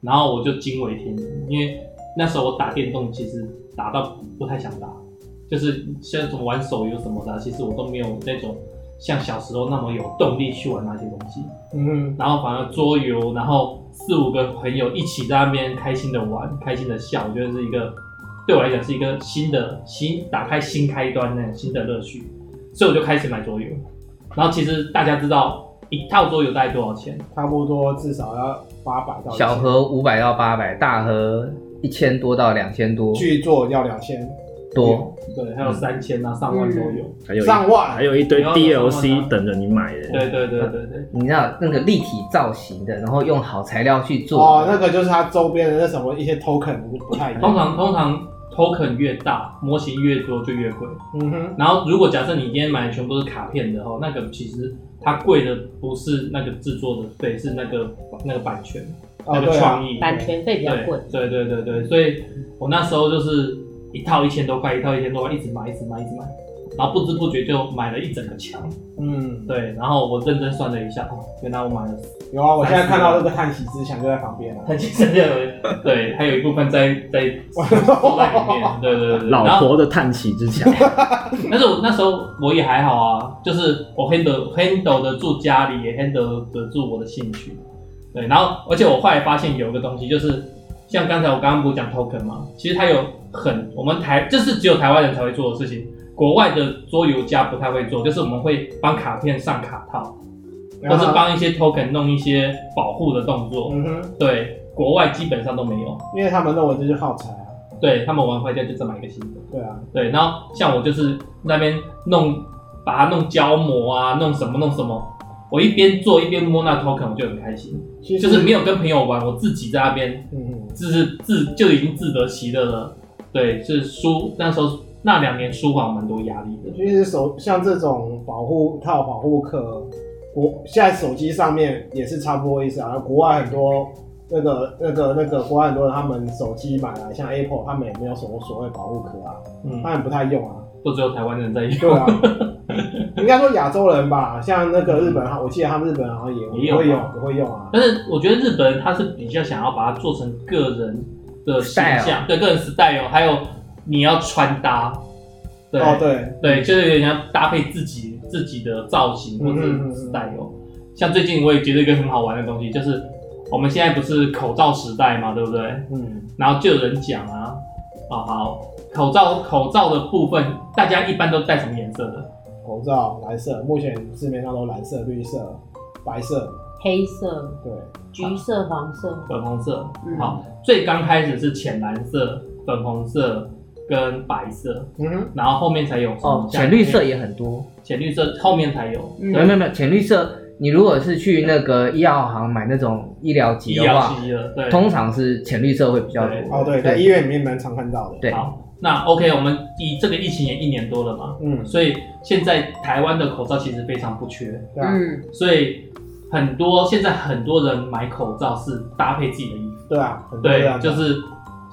S2: 然后我就惊为天人，因为那时候我打电动其实打到不太想打，就是像什么玩手游什么的啊，其实我都没有那种像小时候那么有动力去玩那些东西。
S1: 嗯，
S2: 然后反而桌游，然后四五个朋友一起在那边开心的玩，开心的笑，我觉得是一个对我来讲是一个新的新打开新开端那种新的乐趣，所以我就开始买桌游。然后其实大家知道一套桌游大概多少钱？
S1: 差不多至少要八百到1000
S4: 小盒五百到八百，大盒一千多到两千多
S1: 巨作要两千
S4: 多，
S2: 对，还有三千啊，上万桌游。
S3: 还有一
S1: 上万，
S3: 还有一堆
S2: 你要有什么
S3: DLC
S2: 呢
S3: 等着你买的。
S2: 对对对对对，
S4: 你知道那个立体造型的，然后用好材料去做，
S1: 哦，那个就是他周边的那什么一些 token 不太一
S2: 通
S1: 样。
S2: 常
S4: 哦
S2: 通常 token 越大，模型越多就越贵。
S1: 嗯哼，
S2: 然后如果假设你今天买的全部都是卡片的哦，那个其实它贵的不是那个制作的费，是那个那个版权。
S1: 哦
S2: 那个
S1: 对啊，
S2: 创意
S5: 版权费比较贵。
S2: 对对对对对，所以我那时候就是一套一千多块，一套一千多块，一直买，一直买，一直买，然后不知不觉就买了一整个墙。
S1: 嗯，
S2: 对，然后我认真算了一下，哦，原来我买了
S1: 有啊，我现在看到那个叹息之墙就在旁边啊。
S2: 很几十的，对，还有一部分在
S1: [LAUGHS]
S2: 在放在里面。对对对对，然
S3: 老
S2: 后
S3: 婆的叹气之墙，
S2: 但是我那时候我也还好啊，就是我 handle handle 得住家里，也 handle 得住我的兴趣。对，然后而且我后来发现有一个东西，就是像刚才我刚刚不是讲 token 嘛，其实它有很我们台这是只有台湾人才会做的事情，国外的桌游家不太会做，就是我们会帮卡片上卡套，或
S1: 然后
S2: 是帮一些 token 弄一些保护的动作。
S1: 嗯哼，
S2: 对，国外基本上都没有，
S1: 因为他们认为这是耗材啊。
S2: 对他们玩坏掉就再买一个新的。
S1: 对啊，
S2: 对，然后像我就是那边弄，把它弄胶膜啊，弄什么弄什么，我一边做一边摸那 token，我就很开心，
S1: 其实
S2: 就是没有跟朋友玩，我自己在那边
S1: 嗯
S2: 就是自就已经自得其乐了。对，就是舒那时候那两年舒缓蛮多压力
S1: 哼，
S2: 的。
S1: 其实手像这种保护套、保护壳，国现在手机上面也是差不多意思啊。国外很多那个、那个、那个，国外很多人他们手机买来，像 Apple，他们也没有什么所谓保护壳啊，
S2: 嗯
S1: 他，们不太用啊。
S2: 都只有台湾人在用。
S1: 对
S2: [LAUGHS]
S1: 啊，应该说亚洲人吧，像那个日本，我记得他们日本好像也
S2: 也有
S1: 会
S2: 吧
S1: 用，也会用啊。
S2: 但是我觉得日本人他是比较想要把它做成个人的形象，对个人 style，还有你要穿搭。对
S1: 哦，对，
S2: 对，就是有点像搭配自己自己的造型或
S1: 嗯嗯
S2: 者
S1: 嗯
S2: style。像最近我也觉得一个很好玩的东西，就是我们现在不是口罩时代嘛，对不对？
S1: 嗯，
S2: 然后就有人讲啊，啊好，口罩口罩的部分，大家一般都戴什么颜色的？
S1: 口罩蓝色，目前市面上都蓝色、绿色、白色，
S5: 黑色、
S1: 对，
S5: 橘色、黄色，
S2: 粉红色。
S5: 嗯
S2: 好，最刚开始是浅蓝色、粉红色跟白色，
S1: 嗯哼，
S2: 然后后面才有什么
S4: 哦，浅绿色，也很多，
S2: 像浅绿色后面才有。
S5: 嗯
S4: 没有没有没有，浅绿色，你如果是去那个医药行买那种医疗级
S2: 医
S4: 的
S2: 疗
S4: 话，
S2: 系的，对，
S4: 通常是浅绿色会比较
S2: 对
S4: 多。
S1: 哦对，在医院里面蛮常看到的，，
S4: 对，
S2: 好，那 OK，我们以这个疫情也一年多了嘛，
S1: 嗯，
S2: 所以现在台湾的口罩其实非常不缺，
S1: 对啊，
S5: 嗯，
S2: 所以很多现在很多人买口罩是搭配自己的衣服，
S1: 对啊，很多这
S2: 对，
S1: 样
S2: 就
S1: 的
S2: 是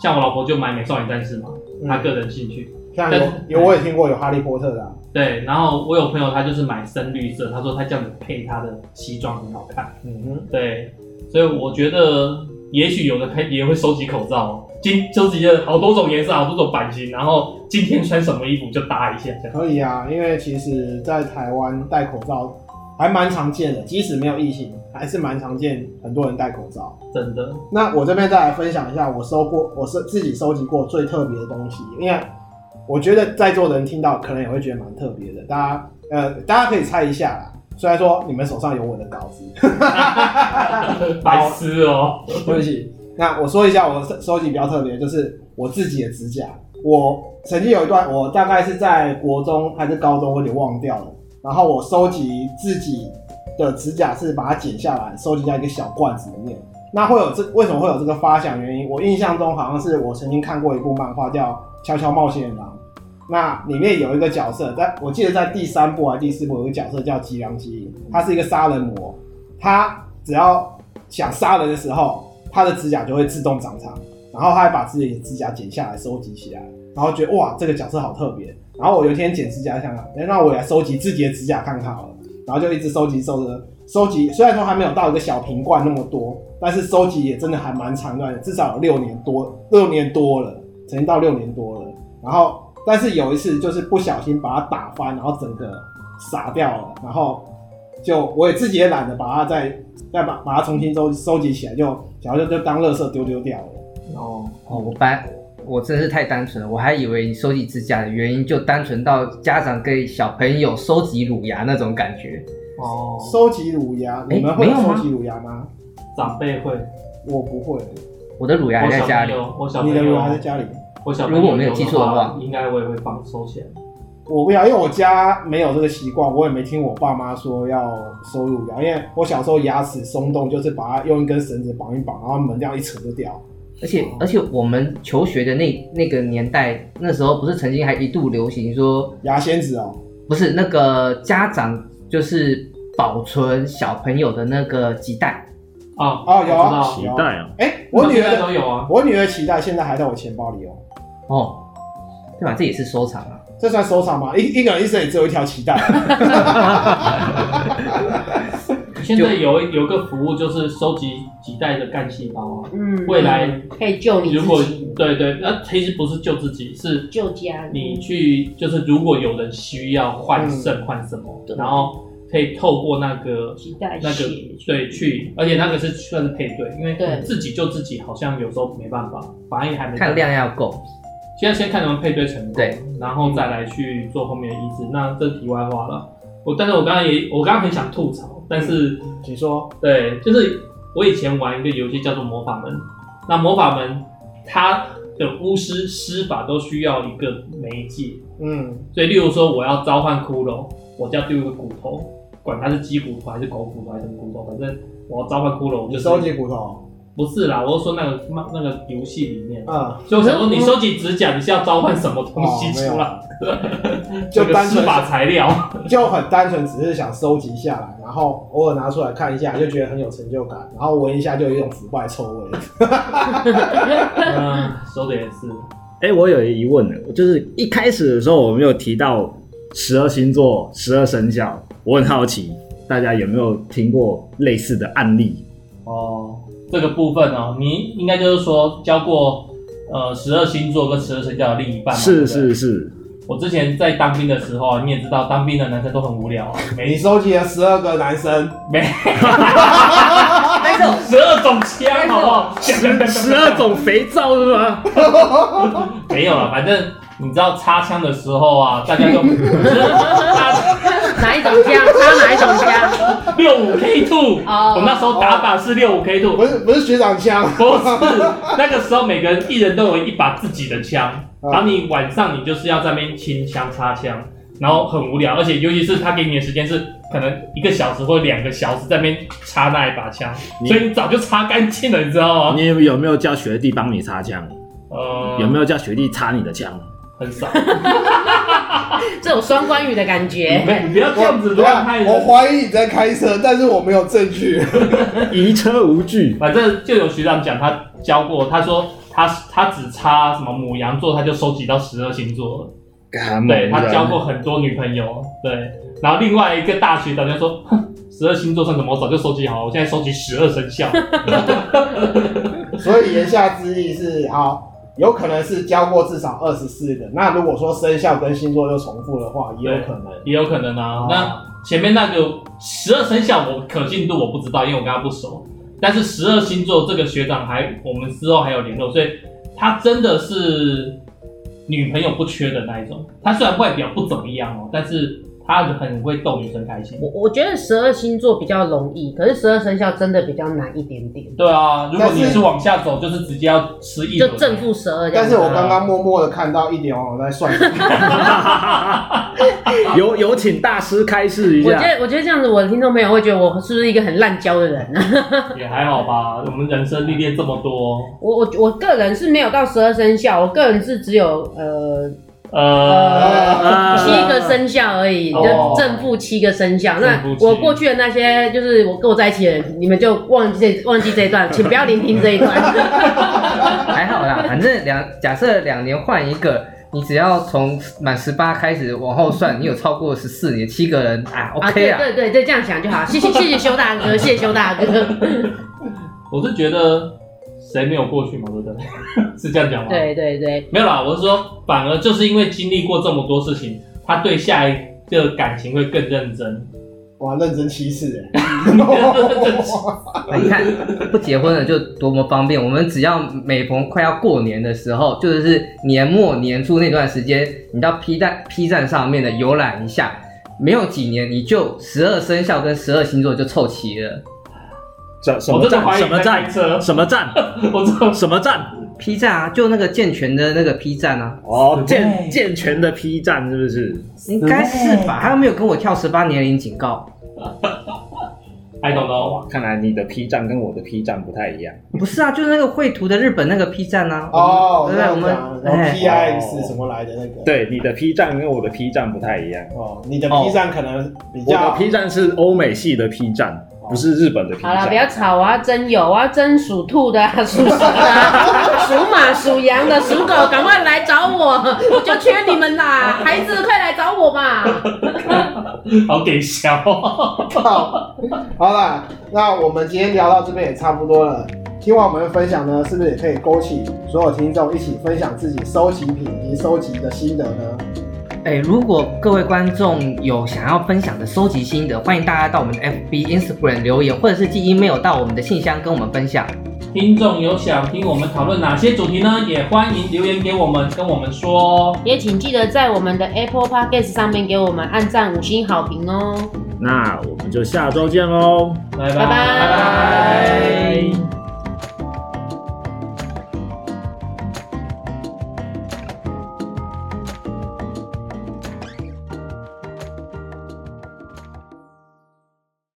S2: 像我老婆就买美少女战士嘛，
S1: 嗯
S2: 她个人兴趣，
S1: 像
S2: 但
S1: 有
S2: 是
S1: 有我也听过有哈利波特的啊，
S2: 对，然后我有朋友他就是买深绿色，他说他这样子配他的西装很好看，
S1: 嗯哼，
S2: 对，所以我觉得也许有的他也会收集口罩哦。今收集了好多种颜色，好多种版型，然后今天穿什么衣服就搭一下，这样。
S1: 可以啊，因为其实，在台湾戴口罩还蛮常见的，即使没有疫情，还是蛮常见，很多人戴口罩。
S2: 真的， [LAUGHS]
S1: 那我这边再来分享一下我收过，我是自己收集过最特别的东西，因为我觉得在座的人听到可能也会觉得蛮特别的，大家呃大家可以猜一下啦。虽然说你们手上有我的稿子，
S2: 白痴哦、
S1: 对不起。那我说一下，我收收集比较特别，就是我自己的指甲。我曾经有一段，我大概是在国中还是高中，我有点忘掉了。然后我收集自己的指甲是把它剪下来，收集在一个小罐子里面。那会有这为什么会有这个发想原因？我印象中好像是我曾经看过一部漫画叫《悄悄冒险狼》，那里面有一个角色，在我记得在第三部还是第四部有一个角色叫吉良吉影，他是一个杀人魔，他只要想杀人的时候，他的指甲就会自动长长，然后他还把自己的指甲剪下来收集起来，然后觉得哇这个角色好特别。然后我有一天剪指甲，想想，哎，那我也来收集自己的指甲看看好了。然后就一直收集收着收集，虽然说还没有到一个小瓶罐那么多，但是收集也真的还蛮长段的，至少有六年多，六年多了，曾经到六年多了。然后，但是有一次就是不小心把它打翻，然后整个傻掉了，然后就我也自己也懒得把它再再把把它重新收收集起来，就然后就就当垃圾丢丢掉了。
S2: 哦，
S4: 哦，我班我真是太单纯了，我还以为你收集指甲的原因就单纯到家长给小朋友收集乳牙那种感觉。
S2: 哦，
S1: 收集乳牙，
S4: 诶
S1: 你们会
S4: 没有
S1: 收
S4: 吗
S1: 集乳牙吗？
S2: 长辈会，
S1: 我不会，
S4: 我的乳牙
S2: 我
S4: 还在
S2: 小
S4: 家
S2: 朋
S4: 里，
S2: 友，我小
S1: 你
S2: 朋
S1: 的乳
S2: 友
S1: 牙在家里。
S2: 我小朋友
S4: 如果我没有记错的话
S2: 有应该我也会帮收起来。
S1: 我不要，因为我家没有这个习惯，我也没听我爸妈说要收乳牙，因为我小时候牙齿松动，就是把它用一根绳子绑一绑，然后门这样一扯就掉。
S4: 而且而且我们求学的那那个年代，那时候不是曾经还一度流行说，
S1: 牙仙子哦，
S4: 不是那个家长就是保存小朋友的那个脐带，
S2: 啊
S1: 哦有啊
S4: [LAUGHS]
S1: 期待
S2: 我知道
S3: 期待啊，
S1: 哎、我女儿
S2: 现在
S1: 的
S2: 都有啊，
S1: 我女儿脐带现在还在我钱包里哦，
S4: 哦，对吧？这也是收藏啊。
S1: 这算收藏吗？一一个人一生也只有一条脐带，
S2: [LAUGHS] 现在有有一个服务就是收集脐带的干细胞啊，
S5: 嗯，
S2: 未来
S5: 可以救你
S2: 如果
S5: 自己，
S2: 对对，那其实不是救自己，是
S5: 救家人
S2: 你去就是如果有人需要换
S1: 嗯
S2: 肾换什么，
S5: 对
S2: 然后可以透过那个
S5: 脐带
S2: 那个
S5: 血
S2: 对去，而且那个是算是配对，因为
S5: 对
S2: 自己救自己好像有时候没办法，反正也还没
S4: 看量要够，
S2: 现在先看能不能配对成功，
S4: 对，
S2: 然后再来去做后面的医治。那这题外话了，我但是我刚刚也我刚刚很想吐槽，但是、
S1: 请说。
S2: 对，就是我以前玩一个游戏叫做魔法门，那魔法门它的巫师施法都需要一个媒介，
S1: 嗯，
S2: 所以例如说我要召唤骷髅，我就要丢一个骨头，管它是鸡骨头还是狗骨头还是什么骨头，反正我要召唤骷髅，我
S1: 你
S2: 就
S1: 收集骨头，
S2: 不是啦，我是说那个那个游戏里面。
S1: 嗯，
S2: 所以我想说，你收集指甲，你是要召唤什么东
S1: 哦
S2: 西
S1: 啊
S2: 出来？ [LAUGHS]
S1: 就
S2: 这个
S1: 单
S2: 施
S1: 纯
S2: 法材料。
S1: 就很单纯，只是想收集下来，然后偶尔拿出来看一下，就觉得很有成就感，然后闻一下就有一种腐败臭味。
S2: 嗯，说的也是。
S3: 哎，我有一个疑问呢，就是一开始的时候我们有提到十二星座、十二生肖，我很好奇大家有没有听过类似的案例？
S2: 哦，这个部分哦，你应该就是说教过呃十二星座跟十二生肖的另一半嘛。对
S3: 是
S2: 不对
S3: 是。是，
S2: 我之前在当兵的时候啊，你也知道，当兵的男生都很无聊啊，
S1: 你
S2: 没
S1: 收集了十二个男生，
S2: 没
S4: 但是我
S2: 十二种枪，好不好？
S3: 十二种肥皂是吗？
S2: [LAUGHS] 没有了，反正你知道插枪的时候啊，大家都插
S5: 哪一种家？他哪一种
S2: [LAUGHS]
S5: 家？
S2: 六五 K two，
S5: 哦
S2: 我那时候打靶是六五 K two，
S1: 不是不是学长枪，
S2: 不是，那个时候每个人一人都有一把自己的枪，
S3: 啊
S2: 然后你晚上你就是要在那边清枪插枪，然后很无聊，而且尤其是他给你的时间是可能一个小时或两个小时在那边插那一把枪，
S3: 你
S2: 所以你早就擦干净了，你知道吗？
S3: 你有没有叫学弟帮你擦枪？
S2: 呃，
S3: 有没有叫学弟擦你的枪？
S2: 很少？
S5: 这种双关语的感觉。
S2: 没，你不要这样子乱害
S1: 我
S2: 人。
S1: 怀疑你在开车，但是我没有证据。
S3: 移车无据。
S2: 反正就有学长讲，他教过，他说他他只差什么母羊座，他就收集到十二星座了。
S3: 干
S2: 对他交过很多女朋友，对，然后另外一个大学长就说，哼，十二星座算什么？我早就收集好了，我现在收集十二生肖。
S1: 所以言下之意是，好，有可能是教过至少二十四个。那如果说生肖跟星座又重复的话，也有可能。
S2: 也有可能啊。
S1: 哦
S2: 那前面那个十二生肖，我可信度我不知道，因为我跟他不熟。但是十二星座这个学长还，我们之后还有联络，所以他真的是女朋友不缺的那一种。他虽然外表不怎么样哦，但是他很会逗女生开心。
S5: 我我觉得十二星座比较容易，可是十二生肖真的比较难一点点，
S2: 对啊，如果你
S1: 但
S2: 是
S1: 是
S2: 往下走，就是直接要吃一
S5: 就
S2: 轮
S5: 正负十二这样
S1: 但
S5: 子。
S1: 是我刚刚默默的看到一点哦，我在算，
S3: [LAUGHS] 有有请大师开示一
S5: 我觉
S3: 下。
S5: 得，我觉得这样子，我的听众朋友会觉得我是不是一个很滥交的人啊呢、
S2: 也还好吧。我们人生历练这么多，
S5: 我我我个人是没有到十二生肖，我个人是只有呃
S2: 呃，
S5: 呃
S3: 呃
S5: 七个生肖而已，
S2: 哦
S5: 就正负七个生肖。
S2: 正
S5: 那
S2: 负七
S5: 我过去的那些，就是我跟我在一起的人，你们就忘记这忘记这一段，请不要聆听这
S2: [LAUGHS]
S5: 一段。啊
S4: 还好啦，反正两假设两年换一个，你只要从满十八开始往后算，你有超过十四年七个人啊
S5: 啊，
S4: ，OK
S5: 对
S4: 啊，
S5: 对对，就这样想就
S2: [LAUGHS]
S5: 好。谢谢谢谢修大哥，谢谢修大哥。
S2: 我是觉得谁没有过去嘛，对不 [LAUGHS] 对？是这样讲吗？，
S5: 对对对，
S2: 没有啦，我是说，反而就是因为经历过这么多事情，他对下一个感情会更认真。
S1: 哇，认真歧视哎，
S4: 你看不结婚了就多么方便。我们只要每逢快要过年的时候，就是年末年初那段时间，你到 P 站 P 站上面的游览一下，没有几年你就十二生肖跟十二星座就凑齐了。
S3: 什什
S2: 我
S3: 么
S2: 真的
S3: 站？
S2: 怀疑
S3: 什
S2: 你
S3: 么
S2: 在开
S3: 站？
S2: 车， [LAUGHS]
S3: 什么站？
S2: 我真的
S3: 什么 [LAUGHS] 站？
S4: P 站啊，就那个健全的那个 P 站啊，
S3: 哦，
S2: 对
S3: 健健全的 P 站是不是？
S4: 应该是吧？他又没有跟我跳十八年龄警告。
S2: I don't know。
S3: 看来你的 P 站跟我的 P 站不太一样。
S4: 不是啊，就是那个绘图的日本那个 P 站啊。
S1: [LAUGHS] 哦，
S4: 对
S1: 这样
S4: 不对？
S1: 讲，
S4: 我们
S1: 然后
S4: 哎
S1: P 啊 I X 什么来的那个，，
S3: 对，你的 P 站跟我的 P 站不太一样。
S1: 哦，你的
S4: 哦
S1: P 站可能比
S3: 我的
S1: 较
S3: P 站是欧美系的 P 站，不是日本的 P
S5: 好啦，
S3: 站。
S5: 不要吵啊！真有啊，真属兔的、
S2: [LAUGHS]
S5: 啊，属蛇的、啊，属马、属羊的、属狗，赶快来找我， [LAUGHS] 我就缺你
S2: [LAUGHS]
S5: 们啦！孩子，快来找我吧！
S2: 好给 [LAUGHS] 笑。
S1: 好， [LAUGHS] 好啦，那我们今天聊到这边也差不多了。听完我们的分享呢，是不是也可以勾起所有听众一起分享自己收集品以及收集的心得呢？
S4: 哎，如果各位观众有想要分享的收集心得，欢迎大家到我们的 FB、Instagram 留言，或者是寄 email 到我们的信箱跟我们分享。
S2: 听众有想听我们讨论哪些主题呢？也欢迎留言给我们，跟我们说哦。
S5: 也请记得在我们的 Apple Podcast 上面给我们按赞五星好评哦。
S3: 那我们就下周见喽。
S2: 拜拜
S5: 拜拜
S4: 拜拜